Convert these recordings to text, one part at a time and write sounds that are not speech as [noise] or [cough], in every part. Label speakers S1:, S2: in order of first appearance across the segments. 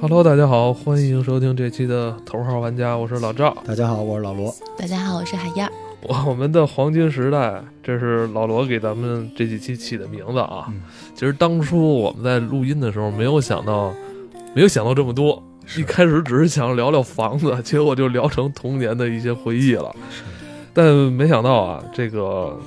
S1: Hello，大家好，欢迎收听这期的头号玩家，我是老赵。
S2: 大家好，我
S1: [laughs]
S2: 是老罗。
S3: 大家好，我是海燕儿。
S1: 我 [laughs] 我们的黄金时代，这是老罗给咱们这几期起的名字啊。
S2: 嗯
S1: 其实当初我们在录音的时候，没有想到，没有想到这么多。一开始只是想聊聊房子，结果就聊成童年的一些回忆了。但没想到啊，这个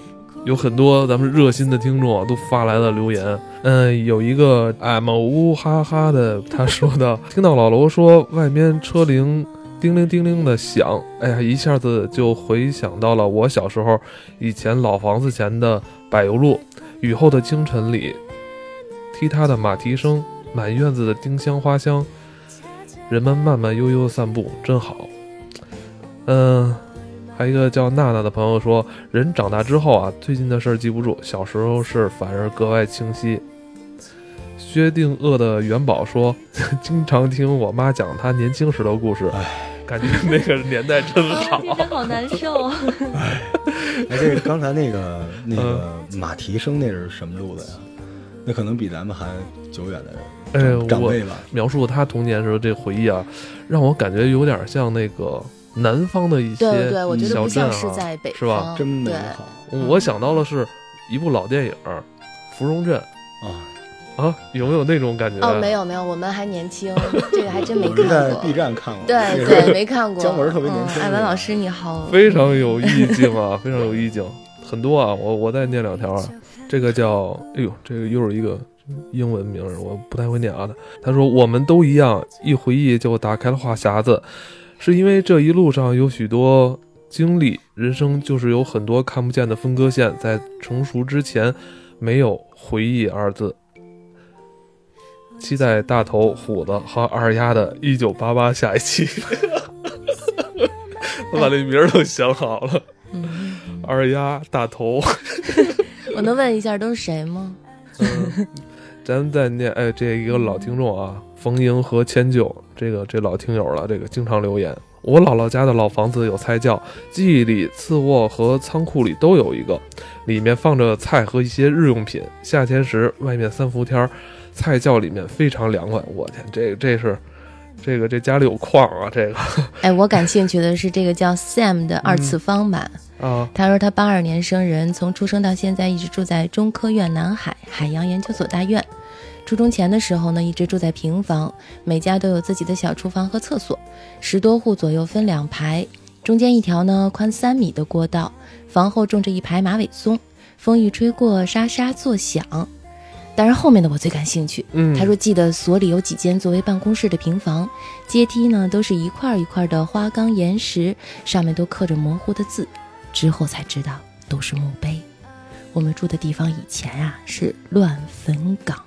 S1: 有很多咱们热心的听众啊，都发来了留言。嗯，有一个 M 呜哈哈的，他说的，听到老罗说外面车铃叮铃叮铃的响，哎呀，一下子就回想到了我小时候以前老房子前的柏油路，雨后的清晨里，踢踏的马蹄声，满院子的丁香花香，人们慢慢悠悠散步，真好。嗯、还有一个叫娜娜的朋友说，人长大之后啊，最近的事儿记不住，小时候事反而格外清晰。薛定谔的元宝说， [laughs] 经常听我妈讲她年轻时的故事，感觉那个年代真
S4: [laughs]
S3: [laughs]
S1: 好。
S3: 今天好难受。啊
S1: [laughs]
S2: 哎，这个刚才那个
S1: 嗯
S2: 那个马蹄声，那是什么路子呀？那可能比咱们还久远的人
S1: 哎，
S2: 长
S1: 我
S2: 辈吧。
S1: 描述他童年时候这回忆啊，让我感觉有点像那个南方的一些
S3: 对对对，我觉
S2: 嗯
S3: 得
S1: 小
S3: 不
S1: 镇啊，
S3: 像是在北方，
S1: 是吧
S2: 真美
S3: 对，
S2: 好
S1: 我想到了是一部老电影儿《芙蓉镇
S2: 啊！》
S1: 啊，有没有那种感觉？
S3: 哦，没有没有，我们还年
S2: [laughs]
S3: 轻，这个还真没
S2: 我是
S3: 看
S2: 在
S3: 过。
S2: B 站看过，
S3: 对
S2: 那时
S3: 对，
S2: 候
S3: 没看过。
S2: 姜文特别年轻
S3: 嗯艾文老师你好，
S1: 非常有意境啊，非常有意境，很多啊，我我再念两条啊，这个叫，哎呦，这个又是一个英文名儿，我不太会念啊。他说我们都一样，一回忆就打开了话匣子，是因为这一路上有许多经历，人生就是有很多看不见的分割线，在成熟之前，没有回忆二字。期待大头、虎子和二丫的《一九八八》下一期。 [laughs] 我把这名儿都想好了。
S3: 嗯，
S1: 二丫、大头，
S3: 我能问一下都是谁吗？
S1: 嗯， [laughs] 咱们再念，哎，这一个老听众啊，冯莹和千九，这个这老听友了，这个经常留言。我姥姥家的老房子有菜窖，记忆里次卧和仓库里都有一个，里面放着菜和一些日用品。夏天时，外面三伏天儿，菜窖里面非常凉快。我天，这这是，这个这家里有矿啊，这个
S3: 哎，我感兴趣的是这个叫 Sam 的二次方版。
S1: 啊，
S3: 他说他八二年生人，从出生到现在一直住在中科院南海海洋研究所大院。初中前的时候呢，一直住在平房，每家都有自己的小厨房和厕所，十多户左右分两排，中间一条呢宽三米的过道，房后种着一排马尾松，风一吹过沙沙作响。当然后面的我最感兴趣，
S1: 嗯，
S3: 他说记得所里有几间作为办公室的平房，阶梯呢都是一块儿一块儿的花岗岩石，上面都刻着模糊的字。之后才知道都是墓碑。我们住的地方以前啊是乱坟岗，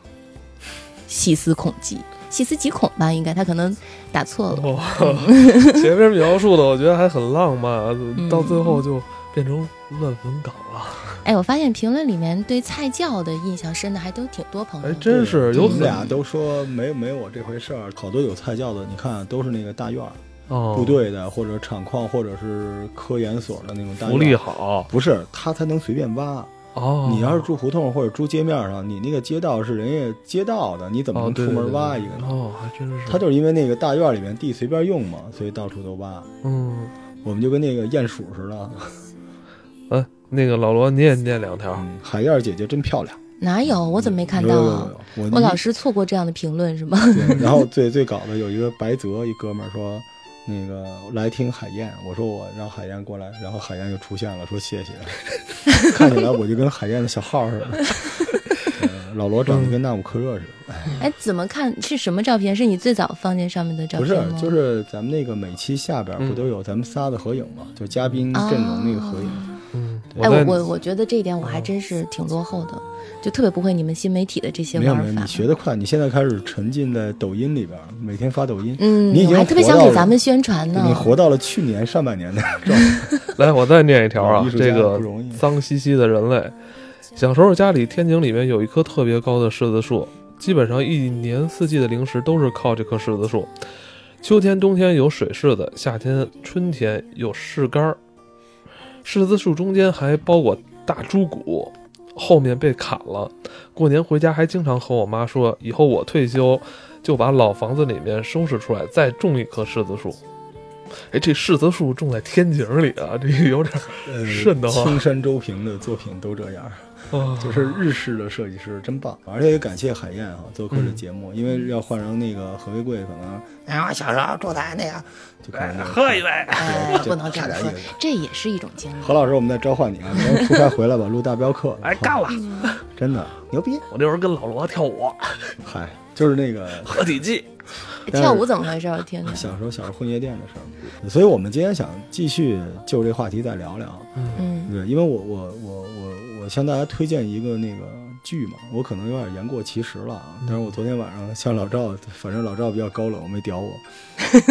S3: 细思恐极，细思极恐吧？应该他可能打错了。
S1: 哇，哦 [laughs] 前面描述的我觉得还很浪漫啊，
S3: 嗯
S1: 到最后就变成乱坟岗了。
S3: 哎，我发现评论里面对菜窖的印象深的还都挺多朋友
S1: 哎
S3: 的。，
S1: 真是有
S2: 我
S1: 很
S2: 们俩都说没没我这回事儿，好多有菜窖的，你看都是那个大院儿、
S1: 哦，
S2: 部队的，或者厂矿，或者是科研所的那种大
S1: 福利
S2: 院儿。
S1: 好
S2: 不是他才能随便挖，
S1: 哦。
S2: 你要是住胡同或者住街面上，你那个街道是人家街道的，你怎么
S1: 哦
S2: 能
S1: 对
S2: 出
S1: 对
S2: 门
S1: 对
S2: 挖
S1: 对
S2: 一个呢？
S1: 哦，还真是
S2: 他就是因为那个大院里面地随便用嘛，所以到处都挖。
S1: 嗯
S2: 我们就跟那个鼹鼠似的。
S1: 哎，那个老罗你也念两条，
S2: 嗯，海燕儿姐姐真漂亮。嗯
S3: 哪有？我怎么没看到
S2: 有有
S3: 啊？
S2: 有有我
S3: 我老是错过这样的评论是吗？
S2: 对然后最最搞的有一个白泽一哥们儿说，那个来听海燕，我说我让海燕过来，然后海燕就出现了，说谢谢。 [laughs] 看起来我就跟海燕的小号似的。 [laughs] 呃老罗长得跟纳姆克热似的，
S3: 哎，怎么看是什么照片？是你最早放进上面的照
S2: 不
S3: 片
S2: 是
S3: 吗？，
S2: 就是咱们那个每期下边不都有咱们仨的合影吗？就嘉宾阵容那个合影。
S1: 嗯，
S3: 哎，
S1: 在
S3: 我我我觉得这一点我
S2: 哦
S3: 还真是挺落后的，就特别不会你们新媒体的这些
S2: 没有没有，
S3: 玩
S2: 你
S3: 法。
S2: 学得快，你现在开始沉浸在抖音里边儿，每天发抖音，
S3: 嗯，
S2: 你已
S3: 我
S2: 经
S3: 还特别
S2: 活
S3: 想
S2: 到
S3: 给
S2: 了
S3: 咱们宣传呢
S2: 你。活到了去年上半年的状态。
S1: 来我再念一条啊
S2: 老艺，术家
S1: 这个
S2: 不容易
S1: 脏兮兮的人类。小时候家里天井里面有一棵特别高的柿子树，基本上一年四季的零食都是靠这棵柿子树。秋天、冬天有水柿子，夏天、春天有柿干儿。柿子树中间还包裹大猪骨，后面被砍了。过年回家还经常和我妈说，以后我退休就把老房子里面收拾出来，再种一棵柿子树。哎，这柿子树种在天井里啊， [laughs] 这有点
S2: [laughs] 呃
S1: 瘆得慌
S2: 青山周平的作品都这样，
S1: 啊，
S2: [laughs] 就是日式的设计师真棒。而且也感谢海燕啊做客
S1: 嗯
S2: 这节目，因为要换成那个何为贵，可能哎我小时候住在那个， [laughs] 就可能那个
S1: 喝一杯。
S3: 哎，
S2: 对
S3: 不能这样
S2: 差
S3: 说
S2: 点意思，
S3: 这也是一种经历。
S2: 何老师，我们再召唤你啊！你要出差回来吧，录大镖客。
S1: 哎，
S2: 好
S1: 干了！
S2: 真的牛逼！
S1: 我那会儿跟老罗跳舞，
S2: 嗨，就是那个
S1: 合体技。
S3: 跳舞怎么回事？啊我听听。
S2: 小时候小时候混夜店的事儿，所以我们今天想继续就这话题再聊聊。
S3: 嗯
S2: 对，因为我我我我我向大家推荐一个那个剧嘛，我可能有点言过其实了啊。但是我昨天晚上向老赵，反正老赵比较高冷，没屌我。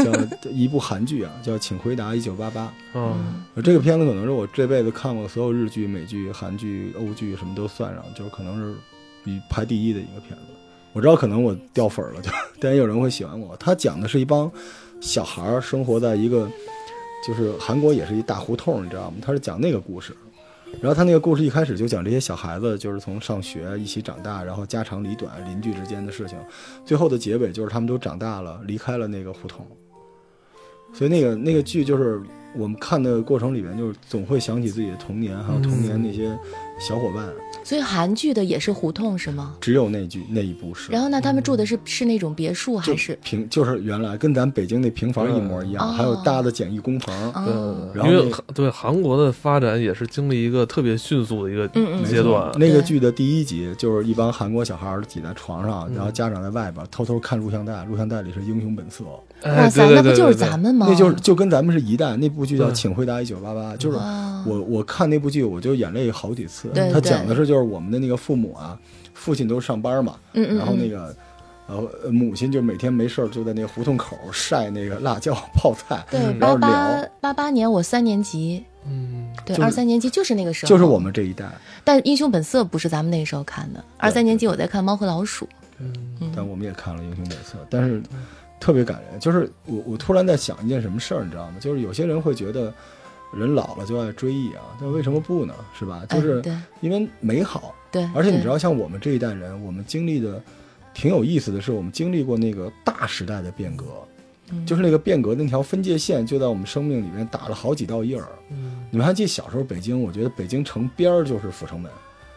S2: 叫一部韩剧啊，叫《请回答一九八八》。
S1: 嗯
S2: 呃这个片子可能是我这辈子看过所有日剧、美剧、韩剧、欧剧什么都算上，就是可能是比排第一的一个片子。我知道可能我掉粉儿了，就 [laughs] 但也有人会喜欢我。他讲的是一帮小孩儿生活在一个，就是韩国也是一大胡同，你知道吗？他是讲那个故事。然后他那个故事一开始就讲这些小孩子就是从上学一起长大，然后家长里短、邻居之间的事情，最后的结尾就是他们都长大了，离开了那个胡同。所以那个那个剧就是我们看的过程里面，就是总会想起自己的童年，
S3: 嗯
S2: 还有童年那些小伙伴。
S3: 所以韩剧的也是胡同是吗？
S2: 只有那剧那一部是，
S3: 然后呢，他们住的是是那种别墅
S2: 就
S3: 还是？
S2: 平就是原来跟咱北京那平房一模一样，
S3: 嗯
S2: 还有搭的简易工棚。
S3: 哦，
S2: 嗯然后
S1: 因为
S2: 那
S1: 韩对韩国的发展也是经历一个特别迅速的一个
S3: 嗯嗯
S1: 阶段，
S2: 那个
S3: 对
S2: 剧的第一集就是一帮韩国小孩儿挤在床上，
S1: 嗯
S2: 然后家长在外边偷偷看录像带，录像带里是《英雄本色》，
S1: 哎
S3: 哇塞，
S1: 对对
S3: 那不
S1: 对
S3: 就是
S1: 对对
S3: 咱们吗？
S2: 那就是就跟咱们是一代。那部剧叫《
S1: 对
S2: 请回答一九八八》，就是
S3: 嗯哇
S2: 我我看那部剧我就眼泪好几次
S3: 对。
S2: 他
S3: 对
S2: 讲的是就是我们的那个父母啊，父亲都上班嘛，
S3: 嗯嗯，
S2: 然后那
S3: 个
S2: 个，呃，母亲就每天没事儿就在那个胡同口儿晒那个辣椒泡菜，
S3: 对
S2: 嗯然
S3: 八
S2: 后
S3: 八
S2: 聊，
S3: 八八年我三年级，
S1: 嗯，
S3: 对
S2: 就是
S3: 二三年级就是那个时
S2: [laughs]
S3: 候，
S2: 就是我。们这一代，
S3: 但《英雄本色》不是咱们那时候看的，二三年级我在看《猫和老鼠》。嗯
S2: 但我们也看了《英雄本色》，但是特别感人。就是我我突然在想一件什么事儿，你知道吗？就是有些人会觉得人老了就爱追忆啊，但为什么不呢？是吧？就
S3: 哎
S2: 是
S3: 对
S2: 因为美好，
S3: 对，
S2: 而且你
S3: 对
S2: 知道，像我们这一代人，我们经历的挺有意思的是，我们经历过那个大时代的变革，
S3: 嗯
S2: 就是那个变革那条分界线就在我们生命里面打了好几道印儿。
S3: 嗯
S2: 你们还记得小时候北京？我觉得北京城边儿就是阜成门，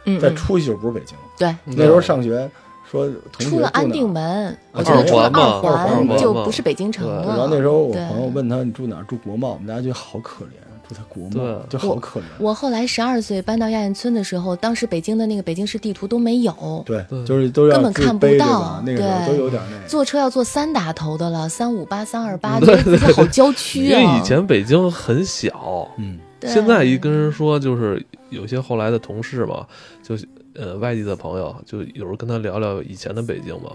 S3: 嗯
S2: 再
S3: 嗯
S2: 出去就不是北京。
S3: 对。
S2: 那时候上学说同学
S3: 出了安
S2: 住哪儿
S3: 定门，我
S2: 二
S3: 觉得出了
S2: 环
S1: 嘛
S3: 二
S2: 二
S3: 环
S2: 环
S3: 就
S1: 嘛
S3: 不是北京城
S1: 对
S3: 了。
S2: 对然后那时候我
S3: 对
S2: 朋友问他你住哪儿？住国贸，我们大家觉得好可怜，住在国贸
S1: 对
S2: 就好可怜。
S3: 我后来十二岁搬到亚运村的时候，当时北京的那个北京市地图都没有，
S2: 对
S1: 对，
S2: 就是都要
S3: 根本
S2: 自己
S3: 看不
S2: 背着
S3: 到
S2: 吧那个时候
S3: 对
S2: 都有点那个。
S3: 坐车要坐三打头的了，三五八、三二八，
S2: 嗯
S3: 觉得自己好郊区
S1: 因
S3: 啊。
S1: 为以前北京很小，
S2: 嗯，
S3: 对
S1: 现在一跟人说，就是有些后来的同事嘛，就呃外地的朋友，就有时候跟他聊聊以前的北京嘛，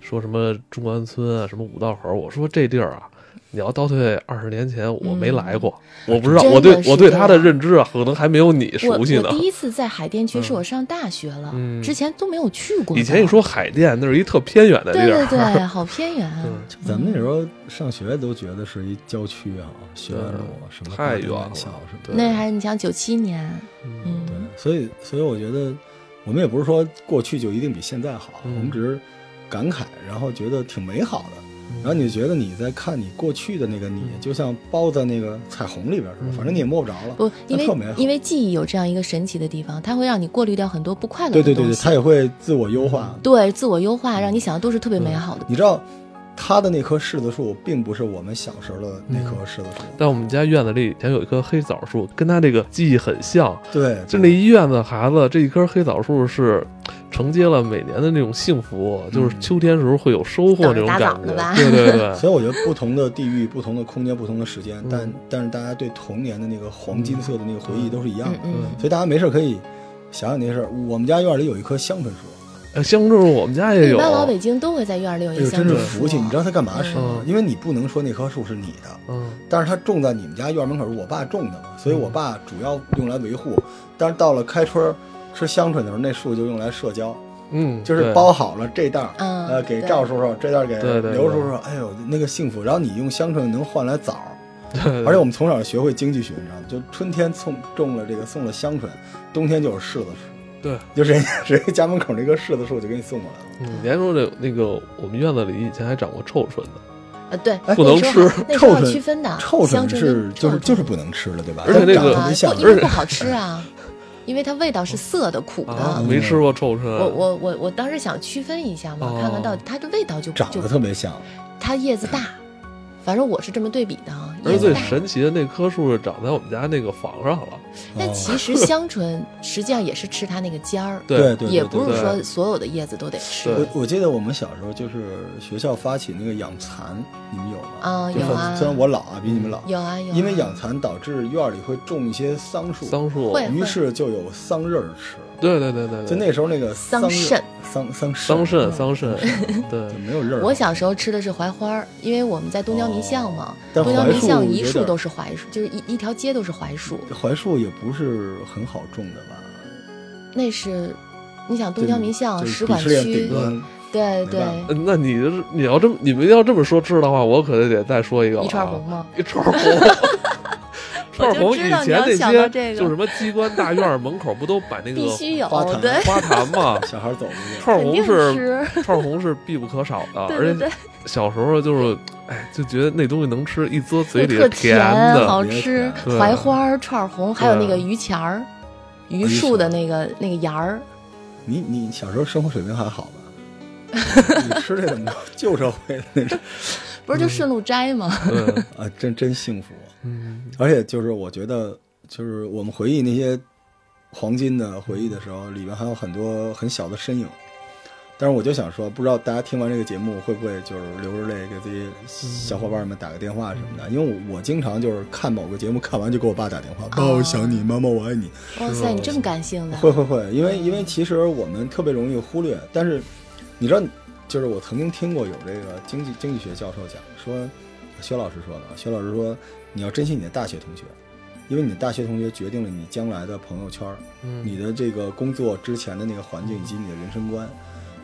S1: 说什么中关村啊，什么五道口，我说这地儿啊。你要倒退二十年前，我没来过，我不知道。
S3: 真的
S1: 我对
S3: 嗯是
S1: 我对
S3: 这
S1: 他的
S3: 样
S1: 认知啊，可能还没有你
S3: 我
S1: 熟
S3: 我
S1: 悉呢。
S3: 第一次在海淀
S2: 嗯
S3: 区是我上大学了，
S1: 嗯
S3: 之前都没有去过的。
S1: 以前一说海淀，那是一特偏远的地
S3: 对对
S1: 儿。
S3: 对，好偏远
S1: [laughs]
S3: 啊。
S1: 嗯
S2: 咱们那时候上学都觉得是一郊区啊，学院路啊什么
S1: 太远
S2: 了
S1: 了，
S2: 校什么的。
S1: 对
S3: 那还是你想九七年，
S1: 嗯
S2: 对
S3: 嗯，，
S2: 所以所以我觉得我们也不是说过去就一定比现在好，
S1: 嗯
S2: 我们只是感慨，然后觉得挺美好的。然后你就觉得你在看你过去的那个你，
S1: 嗯
S2: 就像包在那个彩虹里边似的，
S1: 嗯
S2: 反正你也摸不着了。
S3: 不，因
S2: 那特美
S3: 为
S2: 好
S3: 因为记忆有这样一个神奇的地方，它会让你过滤掉很多不快乐
S2: 对
S3: 的东
S2: 对对
S3: 西。
S2: 对，它也会自我优化。
S3: 对自我优化，让你想的都是特别美
S1: 嗯
S3: 好的。
S2: 你知道，它的那棵柿子树并不是我们小时候的那
S1: 嗯
S2: 棵柿子树，
S1: 在我们家院子里以前有一棵黑枣树，跟他这个记忆很像。
S2: 对，
S1: 就那一院子孩子，这一棵黑枣树是承接了每年的那种幸福，就是秋天时候会有收获那种感
S3: 嗯等着打枣呢吧
S1: 觉。对对
S3: [laughs] 嗯
S1: 对，
S2: 所以我觉得不同的地域、不同的空间、不同的时间，但但是大家对童年的那个黄金色的那个回忆都是一样
S3: 嗯
S2: 的。
S3: 嗯，
S2: 所以大家没事可以想想那事儿。我们家院里有一棵香椿树，
S1: 哎香椿我们家也
S3: 一
S1: 有。
S3: 般老北京都会在院儿里有
S2: 哎
S3: 一
S2: 呦，
S3: 箱
S2: 真
S3: 子
S2: 是
S3: 树
S2: 服气！你知道它干嘛使吗？
S1: 嗯
S2: 因为你不能说那棵树是你的，
S1: 嗯，
S2: 但是它种在你们家院门口，我爸种的嘛，所以
S3: 嗯
S2: 我爸主要用来维护。但是到了开春儿吃香椿的时候，那树就用来社交，
S1: 嗯，
S2: 就是
S1: 对
S2: 包好了这袋儿，
S3: 嗯
S2: 呃，给
S3: 对
S2: 赵叔叔，这袋儿给
S1: 对对对
S2: 刘叔叔，哎呦，那个幸福。然后你用香椿能换来枣儿。
S1: [laughs] 对对
S2: 而且我们从小学会经济学，你知道吗？就春天送种了这个送了香椿，冬天就是柿子树，
S1: 对，
S2: 就是人家 [laughs] 人家家门口那棵柿子树就给你送过来了。
S1: 嗯，你还说这那个我们院子里以前还长过臭椿呢，
S3: 呃，对，
S2: 哎
S1: 不能吃，
S3: 那时
S2: 臭
S3: 候要
S2: 椿
S3: 区分的，
S2: 臭
S3: 香
S2: 椿
S3: 椿
S2: 是
S3: 跟
S2: 就是
S3: 臭椿
S2: 就是不能吃了，对吧？
S1: 而且那个
S2: 它长得特
S3: 啊
S2: 别像
S3: 不，
S2: 人，
S3: 因为不好吃啊，因为它味道是涩的、苦
S1: 啊，
S3: 的。
S1: 没吃过臭椿。
S3: 嗯我我我我当时想区分一下嘛，
S1: 哦
S3: 看看到底它的味道就
S2: 长
S3: 就
S2: 得特别像。
S3: 它叶子大，反正我是这么对比的啊，
S1: 而
S3: 叶
S1: 最
S3: 子大。
S1: 神奇的那棵树是长在我们家那个房上了，
S3: 但
S2: 哦
S3: 其实香椿实际上也是吃它那个尖儿，
S1: 对
S2: 对对，
S3: 也
S2: 对
S3: 不是
S1: 对
S3: 说所有的叶子都得吃
S1: 对
S2: 我我记得我们小时候就是学校发起那个养蚕，你们有吗？
S3: 啊，
S2: 就
S3: 有啊
S2: 是，虽然我老啊，比你们老，
S3: 有啊有啊，
S2: 因为养蚕导致院儿里会种一些桑树，
S1: 桑树，
S3: 会
S2: 于是就有桑葚儿吃。
S1: 对对对对
S2: 就
S1: 对，
S2: 那时候那个
S3: 桑
S2: 桑
S3: 葚
S2: 葚，桑桑
S1: 桑葚
S2: 葚，
S1: 桑葚，对 [laughs]
S2: 就，没有刃儿。
S3: 我小时候吃的是槐花儿，因为我们在东郊民巷嘛，
S2: 哦但
S3: 东郊
S2: 槐
S3: 民巷
S2: 树
S3: 一
S2: 有
S3: 树
S2: 点
S3: 都是槐树，就是一一条街都是槐树。
S2: 槐树也不是很好种的吧？
S3: 那是，你想东
S2: 对
S3: 郊民巷
S2: 就是
S3: 使
S2: 鄙
S3: 馆
S2: 视链
S3: 区
S2: 顶，端
S3: 对
S2: 没
S3: 对
S2: 办，
S1: 呃那你这是你要这么你们要这么说吃的话，我可得得再说一个了啊
S3: 一串红，吗？
S1: 一
S3: [laughs]
S1: 串红。
S3: 我
S1: 串
S3: 就
S1: 红
S3: 知
S1: 以
S3: 道你
S1: 前
S3: 要
S1: 那
S3: 想到
S1: 些
S3: 这个
S1: 就什么机关大院门口不都摆那
S3: 必
S1: 个
S3: 须有
S2: 花坛，
S3: 对，
S1: 花坛
S3: [laughs]
S1: 嘛？
S2: 小孩走路去，
S1: 串
S3: 肯
S1: 红
S3: 定
S1: 是
S3: 吃，
S1: [laughs] 串红是必不可少的，
S3: 对
S1: 而
S3: 对
S1: 且
S3: 对，
S1: 小时候就是，哎，就觉得那东西能吃，一嘬嘴里
S3: 特
S1: 甜
S3: 好
S1: 的，
S2: 别
S3: 吃
S2: 甜。哦
S1: 对
S3: 槐花儿、串儿红，还有那个榆钱儿，榆
S2: 榆
S3: 树
S2: 树
S3: 的那个那个芽儿，
S2: 嗯你你小时候生活水平还好吧？你吃这怎么着旧社会的那种
S3: 不是就顺路摘吗？
S1: 对，
S2: 啊，真真幸福。
S1: 嗯，
S2: 而且就是我觉得，就是我们回忆那些黄金的回忆的时候，里面还有很多很小的身影。但是我就想说，不知道大家听完这个节目会不会就是流着泪给自己小伙伴们打个电话什么的？因为我我经常就是看某个节目，看完就给我爸打电话，爸，我想你，妈妈，我爱你。
S3: 哇塞，你这么感性的，
S2: 会会会，因为因为其实我们特别容易忽略，但是你知道，就是我曾经听过有这个经济经济学教授讲说，薛老师说的，啊薛老师说你要珍惜你的大学同学，因为你的大学同学决定了你将来的朋友圈儿，
S1: 嗯
S2: 你的这个工作之前的那个环境以及你的人生观，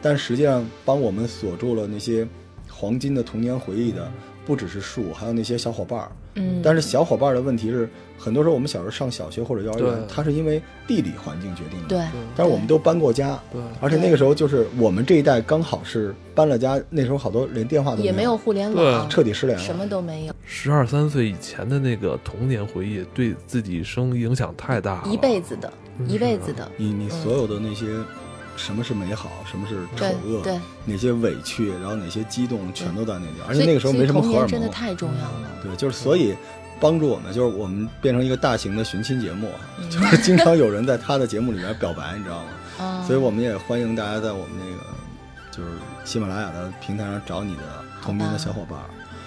S2: 但实际上帮我们锁住了那些黄金的童年回忆的，不只是树，还有那些小伙伴儿。
S3: 嗯，
S2: 但是小伙伴儿的问题是，很多时候我们小时候上小学或者幼儿园
S1: 对，
S2: 它是因为地理环境决定的。
S3: 对，
S2: 但是我们都搬过家，
S1: 嗯对，
S2: 而且那个时候就是我们这一代刚好是搬了家，那时候好多连电话都
S3: 也
S2: 没
S3: 没有互联网，
S1: 对
S2: 彻底失联了。
S3: 什么都没有，
S1: 十二三岁以前的那个童年回忆，对自己生影响太大了，
S3: 一辈子的，
S2: 嗯
S1: 真
S3: 一辈
S1: 是
S3: 子的，
S2: 你你所有的那些，什么是美好，什么是丑
S3: 对
S2: 恶，
S3: 对。
S2: 哪些委屈，然后哪些激动，全都在那里。而且
S3: 所以
S2: 那个时候没什么
S3: 所以
S2: 荷尔
S3: 童年真的
S2: 蒙，啊
S3: 太重要了。
S2: 对，就是所以帮助我们，就是我们变成一个大型的寻亲节目，啊
S3: 嗯
S2: 就是经常有人在他的节目里面表白，你知道吗？
S3: 啊，
S2: 嗯所以我们也欢迎大家在我们那个就是喜马拉雅的平台上找你的同龄的小伙伴儿，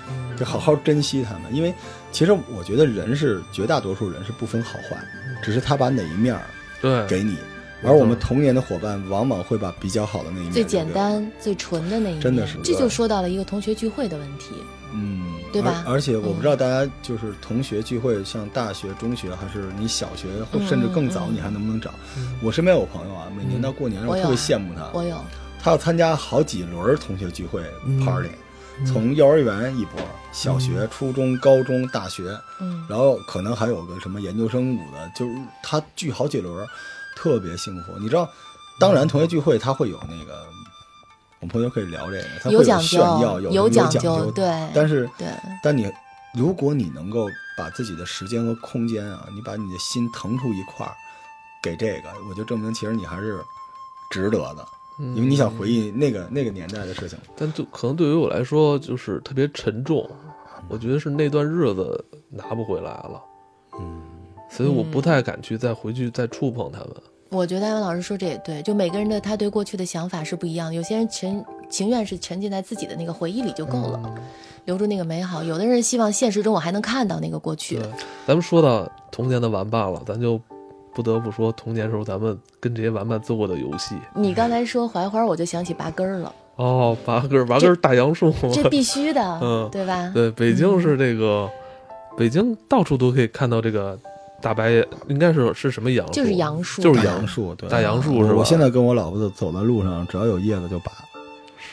S3: 嗯
S2: 就好好珍惜他们，因为其实我觉得人是绝大多数人是不分好坏，
S3: 嗯
S2: 只是他把哪一面儿
S1: 对，
S2: 给你，
S1: 没错
S2: 而我们童年的伙伴往往会把比较好的那一面
S3: 最
S2: 留给我
S3: 简，单、最纯的那一面，
S2: 真的是
S3: 这
S2: 对
S3: 就说到了一个同学聚会的问题。
S2: 嗯，
S3: 对吧
S2: 而而且我不知道大家就是同学聚会，像大学、中学，还是你小学，或甚至更早，
S3: 嗯嗯
S2: 你还能不能找？
S1: 嗯
S2: 我身边有朋友啊，每年到过年，
S3: 我
S2: 我
S3: 有
S2: 特别
S3: 啊
S2: 羡慕他，
S3: 我有，
S2: 他要参加好几轮同学聚会
S1: 嗯
S2: party，、从幼儿园一波，小学、初中、高中、大学，
S3: 嗯，
S2: 然后可能还有个什么研究生舞的，就是他聚好几轮，特别幸福。你知道，当
S3: 嗯
S2: 然同学聚会他会有那个，我们回头可以聊这个，他会
S3: 有讲
S2: 有炫耀，有
S3: 究，有
S2: 有讲
S3: 究，对，
S2: 但是
S3: 对，
S2: 但你如果你能够把自己的时间和空间啊，你把你的心腾出一块儿给这个，我就证明其实你还是值得的。
S1: 因
S2: 因为你想回忆那个那个年代的事情，
S1: 但对，可能对于我来说就是特别沉重，我觉得是那段日子拿不回来了，
S2: 嗯，
S1: 所以我不太敢去再回去再触碰他们。
S3: 我觉得艾文老师说这也对，就每个人的他对过去的想法是不一样，有些人沉情愿是沉浸在自己的那个回忆里就够了，
S2: 嗯
S3: 留住那个美好；有的人希望现实中我还能看到那个过去
S1: 对。，咱们说到童年的玩伴了，咱就不得不说童年时候咱们跟这些玩伴做过的游戏
S3: 你刚才说槐花，我就想起拔根
S1: [laughs]
S3: 儿了，
S1: 哦，拔根儿拔根儿大杨树。 [laughs]
S3: 这必须的，
S1: 嗯
S3: 对吧？
S1: 对，北京是这个，北京到处都可以看到这个大白杨，应该是是什么杨树？
S3: 就是杨树
S1: 就是
S2: 大
S1: 杨
S2: 杨，树，
S1: 嗯
S2: 对，
S1: 大杨树
S2: 我
S1: 是吧
S2: 我现在跟我老婆走在路上，只要有叶子就拔，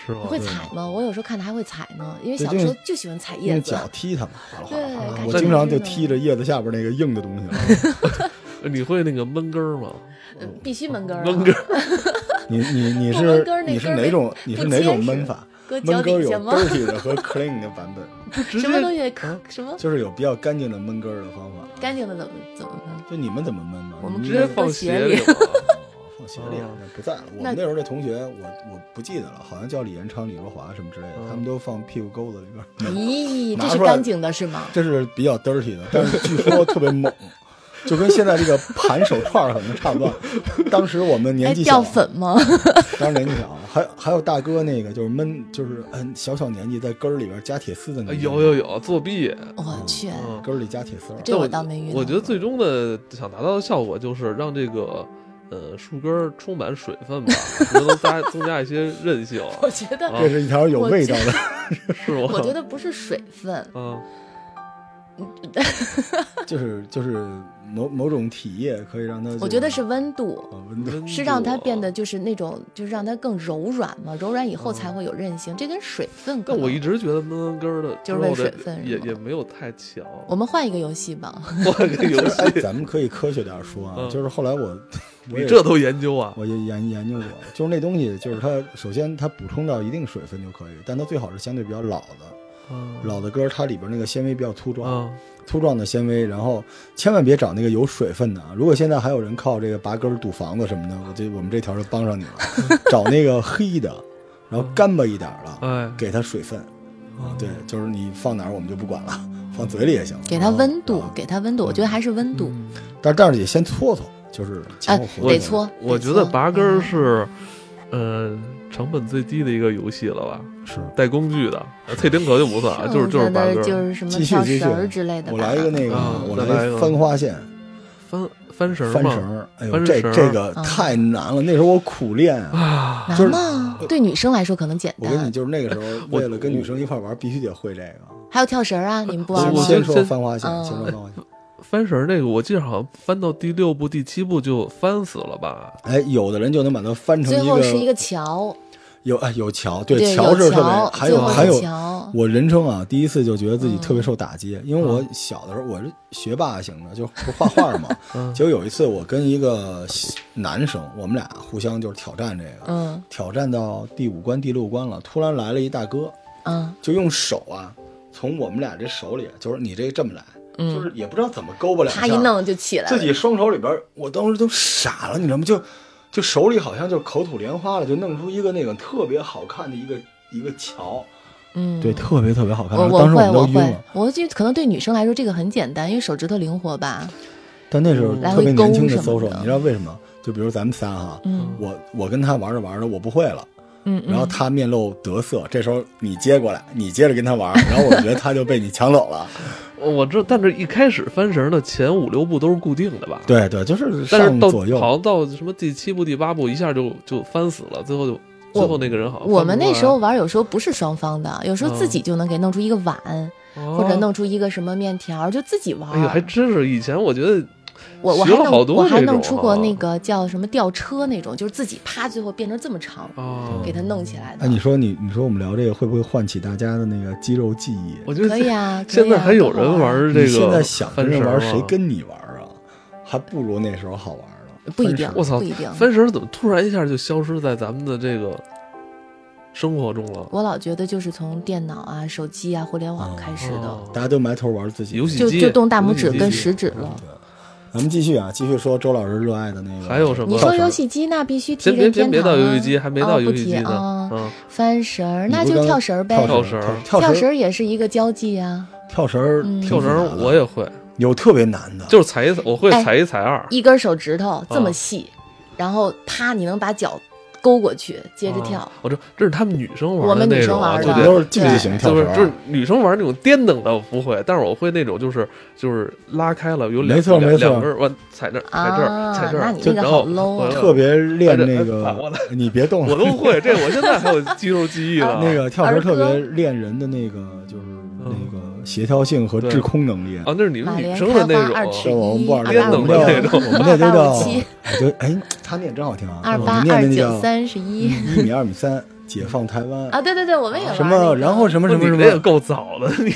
S1: 是吗？
S3: 会踩吗？我有时候看他还会踩呢，因为
S2: 对
S3: 小时候
S2: 就
S3: 就喜欢踩叶
S2: 用
S3: 子。
S2: 脚踢它们，哗啦哗啦
S3: 对
S2: 哗啦
S3: 感觉 [laughs]
S2: 我经常就踢着叶子下边那个硬的东西，
S1: 你会那个闷根儿吗？
S3: 呃必须闷根儿啊，
S1: 闷根儿，
S2: 你你你
S3: 不闷
S2: 是
S3: 根儿那
S2: 你是
S3: 根儿
S2: 哪
S3: 没
S2: 种你是哪
S3: 不
S2: 种
S3: 结实
S2: 闷法？
S3: 搁脚
S2: 闷根儿
S3: 底
S2: 有
S3: 下吗？
S2: dirty 的和 clean 的版本，
S1: 直接
S3: 什么东西
S2: 嗯
S3: 可什么
S2: 就是有比较干净的闷根儿的方法。
S3: 干净的怎么怎么办？
S2: 就你们怎么闷呢？
S3: 我们
S2: 你
S1: 直
S2: 们
S1: 接
S2: 那
S1: 放鞋里了。
S2: 放鞋里了
S1: 啊，
S2: 那不在了。我
S3: 那
S2: 们那时候这同学，我我不记得了，好像叫李延昌、李若华什么之类的，
S1: 嗯
S2: 他们都放屁股沟子里边儿。
S3: [laughs] 咦，这
S2: 拿
S3: 是
S2: 出来
S3: 干净的是吗？
S2: 这是比较 dirty 的，但是据说特别猛， [laughs] 就跟现在这个盘手串儿可能差不多。当时我们
S3: 哎，
S2: 年纪小，
S3: 掉粉 [laughs] 吗？
S2: 当时年纪小，还还有大哥那个就是闷，就是嗯小小年纪在根儿里边加铁丝的那
S1: 哎 [laughs]
S2: 种，
S1: 有有有，作弊。
S3: 我去，
S1: 嗯，
S2: 根儿里加铁丝儿。
S3: 这我倒没遇到。
S1: 我觉得最终的想达到的效果就是让这个呃树根儿充满水分吧，可能能加 [laughs] 增加一些韧
S3: [laughs]
S1: 性，
S3: [laughs] 我觉
S1: [laughs]
S3: 得，
S1: 啊
S2: 这是一条有
S3: 我
S2: 味道的，
S1: 是吗？
S3: 我觉得不是水分，
S1: 嗯，
S2: [laughs] 就是就是某某种体液可以让它，
S3: 我觉得是温度，
S2: 啊温度。
S1: 温
S3: 是让它
S1: 度
S3: 变得。就是那种，就是让它更柔软嘛，柔软以后才会有韧性，这跟水分可
S1: 但嗯
S3: 能。
S1: 我一直觉得闷闷根儿的
S3: 就是
S1: 之后
S3: 为水
S1: 的
S3: 分
S1: 也
S3: 是吗
S1: 也没有太强。
S3: 我们换一个游戏吧，
S1: 换个游
S2: 哎，
S3: [laughs]
S1: 戏，
S2: 咱们可以科学点儿说啊，
S1: 嗯
S2: 就是后来我， [laughs] 我
S1: 你
S2: 也
S1: 这都研究啊？
S2: 我也研研究过，就是那东西，就是它首先它补充到一定水分就可以，但它最好是相对比较老的，
S1: 嗯
S2: 老的歌它里边那个纤维比较粗壮，
S1: 嗯
S2: 粗壮的纤维，然后千万别找那个有水分的啊！如果现在还有人靠这个拔根儿堵房子什么的，我这我们这条就帮上
S1: [laughs]
S2: 你了，找那个黑的，然后干巴一点儿的，
S1: 哎，
S2: 给它水分，
S1: 嗯
S2: 啊对，就是你放哪儿我们就不管了，放嘴里也行，
S3: 给它温度
S2: 啊，
S3: 给它温度，我觉得还是 [laughs] 温度，
S1: 嗯
S2: 但是但是也先搓搓，就是前
S3: 哎
S2: 后，活
S3: 得
S2: 动
S3: 搓。
S1: 我
S3: 得
S1: 觉得
S3: 搓
S1: 拔根儿
S3: 嗯
S1: 是，呃，成本最低的一个游戏了吧？
S2: 是。
S1: 带工具的，呃脆丁壳就不算啊，就是
S3: 剩
S1: 就是
S3: 下
S1: 拔
S3: 的
S1: 根
S3: 就
S1: 儿，
S3: 是什么
S2: 继续
S3: 跳
S2: 继续
S3: 绳儿之类的吧。
S2: 我来一个那个
S1: 啊，
S2: 我
S1: 再
S2: 来
S1: 来一
S2: 一
S1: 个
S2: 翻花线，
S1: 翻翻绳儿
S2: 翻
S1: 嘛
S2: 绳儿，哎呦，
S1: 翻
S2: 这
S1: 绳儿
S2: 这个
S3: 啊
S2: 太难了。那时候我苦练啊，
S1: 啊，
S2: 就是呃
S3: 难吗？对女生来说可能简
S2: 我跟你
S3: 单，
S2: 就是那个时候，
S1: 我
S2: 为了跟女生一块玩，必须得会这个。
S3: 还有跳绳儿啊，你们不玩
S1: 我
S3: 吗？
S2: 先
S1: 我
S2: 说
S1: 先
S2: 翻花线，
S3: 嗯
S2: 先说翻花线。
S1: 翻绳儿那个，我记得好像翻到第六部、第七部就翻死了吧？
S2: 哎，有的人就能把它翻成
S3: 最
S2: 一
S3: 后是
S2: 个
S3: 一个桥，
S2: 有哎有桥，
S3: 对，
S2: 桥
S3: 有
S2: 是特别
S3: 桥，
S2: 还
S3: 最
S2: 有
S3: 后
S2: 还有。
S3: 桥，
S2: 我人生啊，第一次就觉得自己
S3: 嗯
S2: 特别受打击，因为我小的时候我是学霸型的，就不画画嘛。
S1: [laughs] 嗯
S2: 结果有一次我跟一个男生，我们俩互相就是挑战这个，
S3: 嗯
S2: 挑战到第五关、第六关了，突然来了一大哥，
S3: 嗯
S2: 就用手啊，从我们俩这手里，就是你这这么来，就
S3: 嗯，
S2: 是也不知道怎么勾吧两下，
S3: 啪一弄就起来
S2: 自
S3: 了，
S2: 己双手里边，我当时都傻了，你知道吗？就就手里好像就口吐莲花了，就弄出一个那种特别好看的一个一个桥，
S3: 嗯，
S2: 对，。特别特别好看。
S3: 我
S2: 当时
S3: 会
S2: 们
S3: 我
S2: 都晕
S3: 会
S2: 了，，
S3: 我就可能对女生来说这个很简单，因为手指头灵活吧。
S2: 但那时候
S3: 嗯来
S2: 特
S3: 回
S2: 别年轻的
S3: 勾什
S2: social，
S3: 么的
S2: 你知道为什么？就比如咱们仨哈，
S3: 嗯
S2: 我我跟他玩着玩着我不会了，
S3: 嗯嗯。
S2: 然后他面露得色，这时候你接过来，你接着跟他玩，然后我觉得他就被你抢走了。
S1: 我我这但是一开始翻绳儿的前五六部都是固定的吧？。
S2: 对对，就是
S1: 但
S2: 上
S1: 是到
S2: 左右
S1: 好像到什么第七部、第八部，一下就就翻死了，最后就最后那个人好像
S3: 我
S1: 翻不
S3: 们那
S1: 出来
S3: 时
S2: 啊
S3: 候玩，有时候不是双方的，有时候自己就能给弄出一个碗，
S1: 嗯哦
S3: 或者弄啊出一个什么面条，就自己玩。
S1: 哎呀，还真是以前我觉得
S3: 我我还
S1: 学了
S3: 弄
S1: 好多
S3: 我还
S1: 这种
S3: 弄出过
S1: 啊
S3: 那个叫什么吊车那种，就是自己啪，最后变成这么长，
S1: 啊，
S3: 给它弄起来的。
S2: 哎，你说你你说我们聊这个会不会唤起大家的那个肌肉记忆？
S1: 我觉
S3: 可
S1: 得
S3: 以啊，可以
S1: 现在
S3: 啊
S1: 还有人。
S3: 多好玩
S1: 玩
S3: 啊
S1: 这个
S2: 你现在想
S1: 翻
S2: 跟
S1: 绳
S2: 人
S1: 儿
S2: 玩，谁
S1: 吗
S2: 跟你玩啊？还不如那时候好玩呢。
S1: 呃
S3: 不一定，
S1: 我操
S3: 不一定。
S1: 翻绳儿怎么突然一下就消失在咱们的这个生活中了？
S3: 我老觉得就是从电脑啊、手机啊、互联网开始的，
S1: 哦
S2: 大家都埋头玩自己的。
S1: 游戏
S3: 就
S1: 机
S3: 就动大拇指
S1: 游戏机
S3: 跟食指了。
S2: 咱们继续啊，继续说周老师热爱的那个。
S1: 还有什么
S3: 你说游戏机那必须提
S1: 先别
S3: 任
S1: 先
S3: 天
S1: 别
S3: 堂
S1: 到游
S3: 啊
S1: 戏机，还没
S3: 哦
S1: 到
S3: 不
S1: 游戏
S3: 提
S1: 机
S3: 啊
S1: 呢。嗯，
S3: 翻绳儿，
S2: 你不
S3: 那就
S2: 刚
S3: 跳绳儿呗。
S2: 跳
S1: 绳儿
S2: 跳
S3: 跳绳
S2: 绳
S3: 儿也是一个交际啊，
S2: 跳绳儿
S3: 嗯
S2: 挺
S1: 跳绳
S2: 复
S1: 儿
S2: 杂的
S1: 我也会，
S2: 有特别难的，
S1: 就是踩一踩，我会
S3: 哎
S1: 踩一踩二。
S3: 一根手指头这么
S1: 啊
S3: 细，然后啪，你能把脚勾过去，接着跳
S1: 啊。我这这是他们女生
S3: 我
S1: 玩的
S3: 们
S1: 那
S3: 女生
S1: 种啊，
S3: 玩
S1: 就
S3: 的
S1: 得
S2: 都是竞技型跳
S1: 就
S2: 绳啊
S1: 是就是
S2: 儿。
S1: 女生玩那种颠等的我不会，但是我会那种就是就是拉开了有两
S2: 没错
S1: 两
S2: 没错
S1: 两根儿，完踩这儿踩这
S3: 啊
S1: 儿踩这
S3: 那
S1: 儿
S3: 你，
S1: 就哦
S3: 那个
S1: 然
S3: 好
S1: 后
S3: low 啊
S1: 回来
S2: 特别练那
S1: 哎这哎我
S2: 个
S1: 的，
S2: 你别动
S1: 我
S2: 了。
S1: 都
S2: [laughs]
S1: 会，啊这我现在还有肌肉记忆
S3: 啊
S1: 呢。
S2: 那个跳绳儿特
S3: 儿
S2: 别
S3: 歌
S2: 练人的那个，就是那个协调性和
S1: 嗯对
S2: 制空能力。
S1: 啊，那是你
S3: 马
S1: 们女
S3: 莲
S1: 生的
S3: 开
S1: 那
S3: 花二
S1: 种
S3: 尺
S2: 这我们
S3: 一，
S2: 不玩
S3: 二
S2: 这
S3: 八
S1: 练
S2: 个，我
S1: 懂的那种
S2: 们叫我
S3: 五六，
S2: 们那就
S3: 二八
S2: 叫，
S3: 五七
S2: 我觉得哎，他念真好听啊，
S3: 二
S2: 我
S3: 八
S2: 们念
S3: 二
S2: 的那
S3: 九
S2: 叫
S3: 三十一，
S2: 一米二米三，解放台湾
S3: 啊，对对对，我们也玩
S2: 什
S3: 那
S2: 么，
S3: 个
S2: 然后什么什么什
S1: 你这也
S2: 么，
S1: 够早的，你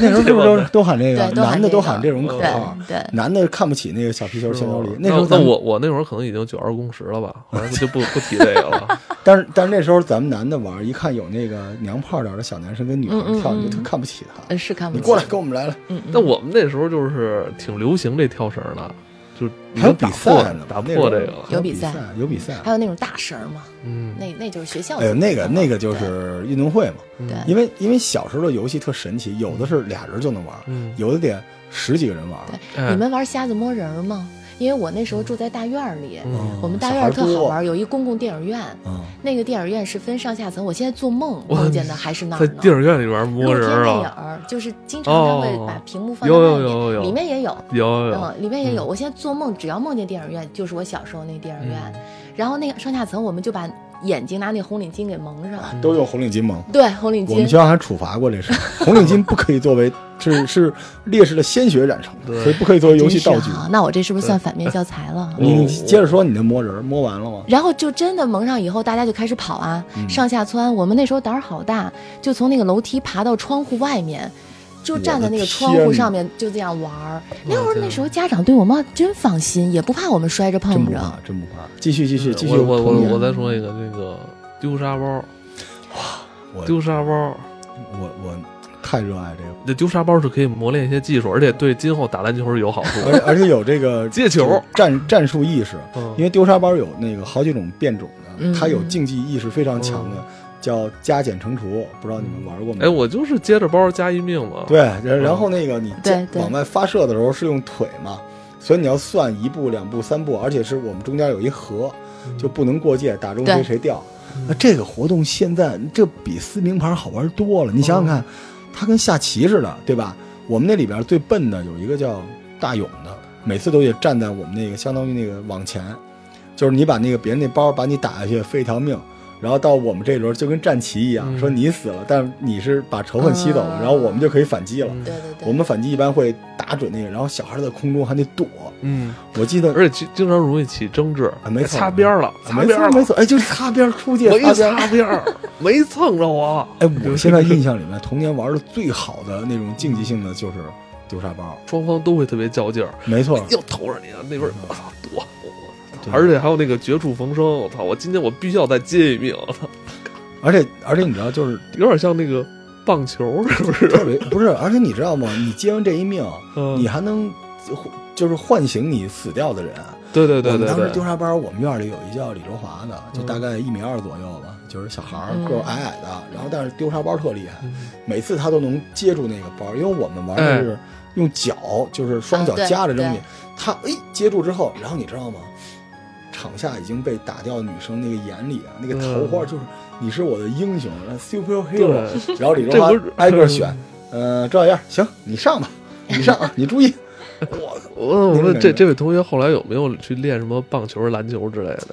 S2: 那时候是不是都都喊这个
S3: 对，都喊
S2: 男的
S3: 这
S2: 都
S3: 个
S2: 喊这种口
S3: 对哦
S2: 号，
S3: 对，
S2: 男的看不起那个小皮球、
S1: 是
S2: 香蕉
S1: 吗
S2: 梨。
S1: 那
S2: 时候
S1: 那
S2: 咱们
S1: 我我那会儿可能已经九二共识了吧，好像就不不提这个 [laughs] 了。
S2: 但是但是那时候咱们男的玩，一看有那个娘炮点的小男生跟女孩
S3: 嗯嗯
S2: 跳，你就
S3: 嗯
S2: 特看不起他
S3: 呃。是看不
S2: 你
S3: 起。
S2: 过来，跟我们来了，
S3: 嗯，嗯
S1: 但我们那时候就是挺流行这跳绳的，就已
S2: 还有
S1: 经打
S2: 比赛
S1: 破
S2: 呢
S1: 打
S2: 那时候
S1: 破这个了。
S2: 还有
S3: 比
S2: 比
S3: 赛，
S2: 有比赛
S3: 还。有那种大绳儿嘛，
S1: 嗯，
S3: 那那就是学校组
S2: 哎
S3: 织
S2: 呦，
S3: 的嘛。
S2: 那个那个就
S3: 对
S2: 是运动会嘛，
S1: 嗯
S3: 对
S2: 因为因为小时候的游戏特神奇，有的是俩人就能玩，
S1: 嗯，
S2: 有的得十几个人玩。
S3: 对
S1: 哎
S3: 你们玩瞎子摸人儿吗？因为我那时候住在大院儿里，
S1: 嗯，
S3: 我们大
S2: 小
S3: 院
S2: 孩
S3: 儿特好
S2: 多
S3: 玩儿，有一公共电影院，
S2: 嗯，
S3: 那个电影院是分上下层。我现在做梦
S1: 哇
S3: 梦见的还是那
S1: 在
S3: 儿呢。
S1: 电影院里边
S3: 露
S1: 摸
S3: 天
S1: 人
S3: 电影
S1: 啊，
S3: 儿就是经常他会
S1: 哦
S3: 把屏幕放在
S1: 有有
S3: 外面，
S1: 有有
S3: 里面也有，
S1: 有有有，
S3: 嗯，里面也有。
S1: 嗯
S3: 我现在做梦，只要梦见电影院，就是我小时候那电影院。然后那个上下层，我们就把眼睛拿那红领巾给蒙上，
S2: 都有红领巾吗？
S3: 对，红领
S2: 嗯我们学
S3: 巾。
S2: 校还处罚过这事
S3: [laughs]
S2: 儿，红领巾不可以作为是是烈士的鲜血染成的，
S1: 对
S2: 所以不可以作为游戏
S3: 真
S2: 道
S3: 是啊
S2: 具。
S3: 哈，那我这是不是算反面教材了？
S2: 你
S1: 哦
S2: 你接着说你那摸人儿摸完了吗？
S3: 然后就真的蒙上以后，大家就开始跑啊，上下窜。我们那时候胆儿好大，就从那个楼梯爬到窗户外面，就站在那个窗户上面就这样玩儿。
S1: 我的
S3: 那会儿
S1: 天
S3: 那时候家长对我们真放心，也不怕我们摔着
S2: 真
S3: 碰
S2: 不
S3: 着。
S2: 怕，真不怕。继续继续继续，
S1: 我我我
S2: 童年
S1: 我再说一个，这个丢沙包，
S2: 我
S1: 丢沙包，
S2: 我我太热爱这个，
S1: 这丢沙包是可以磨练一些技术，而且对今后打篮球是有好处的。
S2: 而而且有这个
S1: [laughs] 接球
S2: 就是战战术意识，因
S1: 嗯
S2: 为丢沙包有那个好几种变种
S3: 嗯哦
S2: 的，它有竞技意识非常强的，叫加减乘除，不知道你们玩过没？
S1: 哎，我嗯就是接着包加一命嘛。
S2: 对，然然后那个你
S3: 对
S2: 加
S3: 对
S2: 往外发射的时候是用腿嘛，所以你要算一步、两步、三步，而且是我们中间有一河，
S1: 嗯，
S2: 就不能过界，打中谁
S3: 对
S2: 谁掉。那这个活动现在这比撕名牌好玩多了，你想想看，它跟下棋似的，对吧？我们那里边最笨的有一个叫大勇的，每次都得站在我们那个相当于那个网前，就是你把那个别人那包把你打下去，废一条命。然后到我们这轮就跟战棋一样，
S1: 嗯
S2: 说你死了，但是你是把仇恨吸走了，
S3: 啊
S2: 然后我们就可以反击了。
S1: 嗯
S3: 对对对，
S2: 我们反击一般会打准那个，然后小孩在空中还得躲。
S1: 嗯，
S2: 我记得
S1: 而且经经常容易起争执
S2: 啊，没错
S1: 擦边儿了，擦
S2: 没
S1: 边
S2: 错
S1: 儿
S2: 没
S1: 了，
S2: 错，哎，就是擦边儿出界，
S1: 没
S2: 擦边儿
S1: 擦边儿，没蹭着我。
S2: 哎，我现在印象里面，童年玩的最好的那种竞技性的就是丢沙包，哎
S1: 双方都会特别较劲儿，
S2: 没错，
S1: 又投着你了，那边儿我操躲。
S2: 嗯对
S1: 而且还有那个绝处逢生，我操！我今天我必须要再接一命，
S2: 而且而且你知道，就是
S1: 有点像那个棒球，是不是？
S2: 特 [laughs] 别不是，而且你知道吗？你接完这一命，
S1: 嗯
S2: 你还能就是唤醒你死掉的人。
S1: 对对对
S2: 我们
S1: 对
S2: 当时
S1: 对，
S2: 丢
S1: 嗯
S2: 沙包，我们院里有一叫李周华的，就大概一米二左右吧，就是小孩儿
S3: 嗯
S2: 个儿矮矮的，然后但是丢沙包特厉害，
S1: 嗯哎
S2: 每次他都能接住那个包，因为我们玩的是用脚，就是双脚夹着扔
S3: 嗯
S2: 你，他哎接住之后，然后你知道吗？场下已经被打掉的女生那个眼里啊，那个
S1: 嗯
S2: 桃花就是你是我的英雄然后，super
S1: 对
S2: hero，然后 [laughs] 李
S1: 这
S2: 荣华
S1: 不是
S2: 挨个选，呃，赵小燕，行，你上吧，你
S1: [laughs]
S2: 上啊，你注意，我
S1: 我我
S2: 那种
S1: 问
S2: 感
S1: 这
S2: 觉
S1: 这位同学后来有没有去练什么棒球、篮球之类的？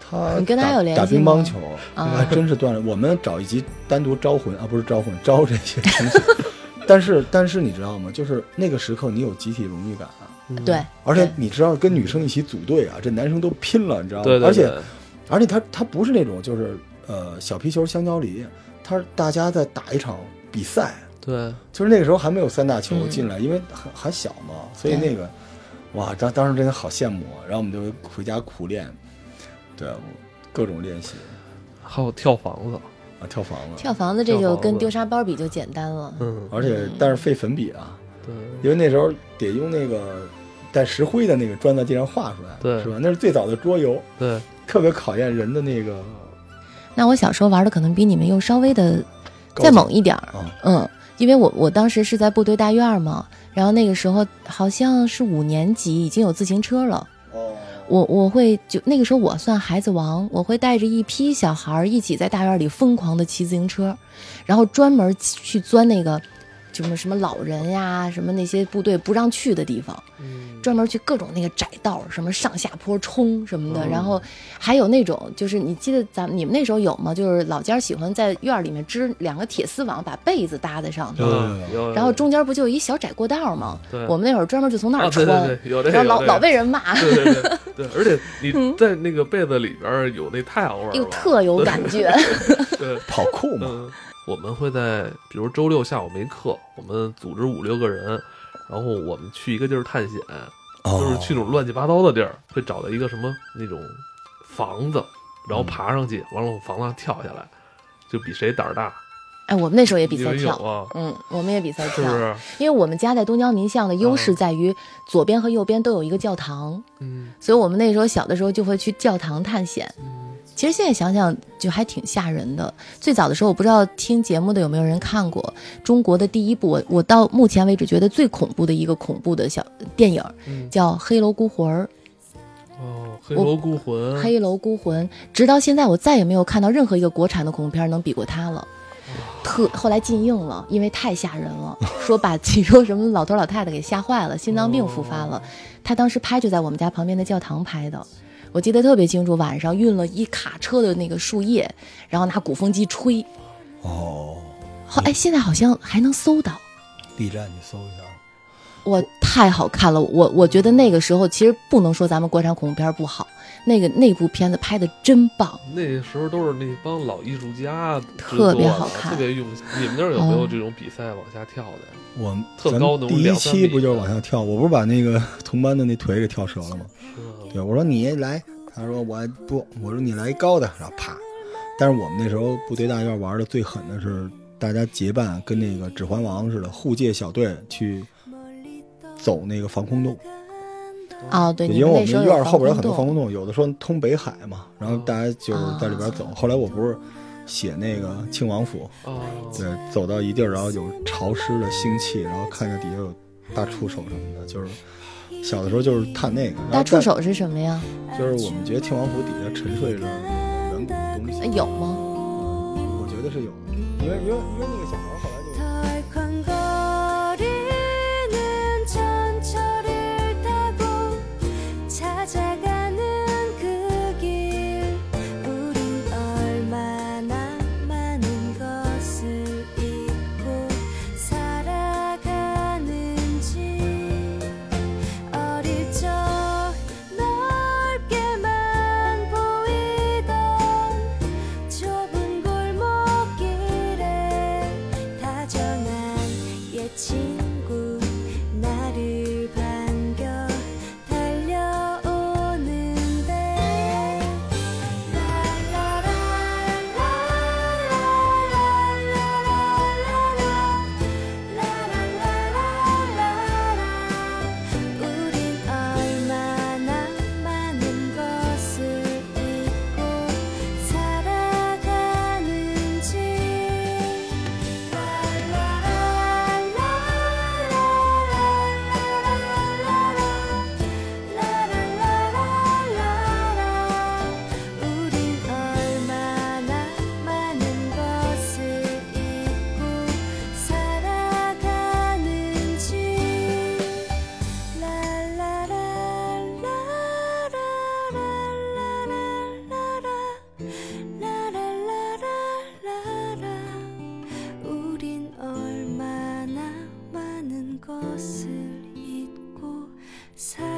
S2: 他
S3: 你跟他
S2: 打
S3: 有联
S2: 打
S3: 系
S2: 乒
S3: 吗
S2: 乓球，
S3: 啊
S2: 还真是锻炼。我们找一集单独招魂啊，不是招魂，招这些东西。但是但是你知道吗？就是那个时刻你有集体荣誉感啊、
S1: 嗯
S3: 对，
S2: 而且
S3: 对
S2: 你知道跟女生一起组队啊，这男生都拼了，你知道吗？
S1: 对对对，
S2: 啊而且而且他他不是那种就是呃小皮球、香蕉梨，他是大家在打一场比赛，
S1: 对
S2: 就是那个时候还没有三大球
S3: 嗯
S2: 进来，因为还还小嘛，所以
S3: 对
S2: 那个，哇，当当时真的好羡慕啊。然后我们就回家苦练，对，各种练习
S1: 还有跳房子，
S2: 啊，跳房子，
S3: 跳房子这
S1: 跳
S3: 就
S1: 房
S3: 跟
S1: 子
S3: 丢沙包比就简单了。
S1: 嗯，
S2: 而且但是费粉笔啊，
S1: 对，
S2: 因为那时候得用那个带石灰的那个砖在地上画出来，
S1: 对
S2: 是吧？那是最早的桌游，
S1: 对，
S2: 特别考验人的那个
S3: 那我小时候玩的可能比你们又稍微的
S2: 高
S3: 再
S2: 级
S3: 猛一点儿，
S2: 啊，
S3: 嗯，因为我我当时是在部队大院儿嘛，然后那个时候好像是五年级已经有自行车了，
S2: 哦，
S3: 我我会就那个时候我算孩子王，我会带着一批小孩儿一起在大院里疯狂的骑自行车，然后专门去钻那个什么什么老人呀，什么那些部队不让去的地方，专门去各种那个窄道，什么上下坡冲什么的。
S1: 嗯
S3: 然后还有那种，就是你记得咱们你们那时候有吗？就是老家喜欢在院儿里面织两个铁丝网，把被子搭在上头，
S1: 嗯，有
S3: 然后中间不就有一小窄过道吗？
S1: 对
S3: 我们那会儿专门就从那
S1: 啊，
S3: 儿穿，
S1: 对对对，有这个，
S3: 然后老
S1: 有这个
S3: 老被人骂，
S1: 对对对对，而且你在那个被子里边儿有那太阳味儿吧，
S3: 又特嗯有感
S1: [laughs]
S3: 觉。
S1: 对，
S2: 跑酷嘛，
S1: 嗯，我们会在比如周六下午没课，我们组织五六个人，然后我们去一个地儿探险，嗯
S2: 哦
S1: 就是去那种乱七八糟的地儿，会找到一个什么那种房子，然后爬上去，完了往房子上跳下来，就比谁胆儿大。
S3: 哎，我们那时候也比
S1: 你
S3: 赛
S1: 们有
S3: 跳，
S1: 啊，
S3: 嗯，我们也比赛
S1: 是
S3: 跳，
S1: 不是？
S3: 因为我们家在东郊民巷的优势
S1: 嗯
S3: 在于左边和右边都有一个教堂，
S1: 嗯，
S3: 所以我们那时候小的时候就会去教堂探险。
S1: 嗯
S3: 其实现在想想就还挺吓人的。最早的时候，我不知道听节目的有没有人看过中国的第一部，我我到目前为止觉得最恐怖的一个恐怖的小电影儿，
S1: 嗯，
S3: 叫《黑楼孤魂》儿。
S1: 哦，黑楼孤魂，
S3: 黑楼孤魂，直到现在我再也没有看到任何一个国产的恐怖片能比过它了。特后来禁映了，因为太吓人了，说把其中什么老头老太太给吓坏了，心脏病复发了。他当时拍就在我们家旁边的教堂拍的，我记得特别清楚，晚上运了一卡车的那个树叶，然后拿鼓风机吹。
S2: 哦，
S3: 后哎，现在好像还能搜到。
S2: B 站你搜一下，
S3: 哇，太好看了！我我觉得那个时候其实不能说咱们国产恐怖片不好，那个那部片子拍的真棒。
S1: 那时候都是那帮老艺术家制
S3: 特别
S1: 作的
S3: 好看
S1: 特别用心。你们那儿有没有
S3: 嗯
S1: 这种比赛往下跳的呀？
S2: 我们
S1: 特
S2: 咱
S1: 高
S2: 们
S1: 能
S2: 第一
S1: 两三
S2: 期
S1: 米
S2: 不就是
S1: 的
S2: 往下跳？我不是把那个同班的那腿给跳折了吗？
S1: 是吗
S2: 对，我说你来，他说我不，我说你来一高的，然后啪。但是我们那时候部队大院玩的最狠的是，大家结伴跟那个《指环王》似的护戒小队去走那个防空洞，
S3: 哦，对，
S2: 因
S3: 你
S2: 为
S3: 们
S2: 我
S3: 那
S2: 们
S3: 时候
S2: 院儿
S3: 有
S2: 后边有很多防
S3: 空洞啊
S2: 空洞，有的时候通北海嘛，然后大家就是在里边走。后来我不是写那个庆王府，
S1: 哦，
S2: 对，走到一地儿，然后有潮湿的腥气，然后看见底下有大触手什么的，就是小的时候就是探那个然后
S3: 大触
S2: 但
S3: 手是什么呀？
S2: 就是我们觉得天王府底下沉睡着远古的东
S3: 哎
S2: 西，
S3: 有吗？
S2: 我觉得是有的，因为因为因为那个小孩后来就。
S4: 덜컹거리는 전철을 타고 찾아가는 그 길 우린 얼마나 많은 것을 잊고 살아가는지 어릴 적 넓게만 보이던 좁은 골목길에 다정한 옛 친구 나를 반겨 달려오는데 라라라라라라라라라라라라라 우린 얼마나 많은 것을 잊고 살아가는지 라라라라라라라라라라라라라라 우린 얼마나 많은 것을 잊고 살아가는지 라라라라라라라라라 라라라라라라 우린 얼마나 많은 것을 잊고 살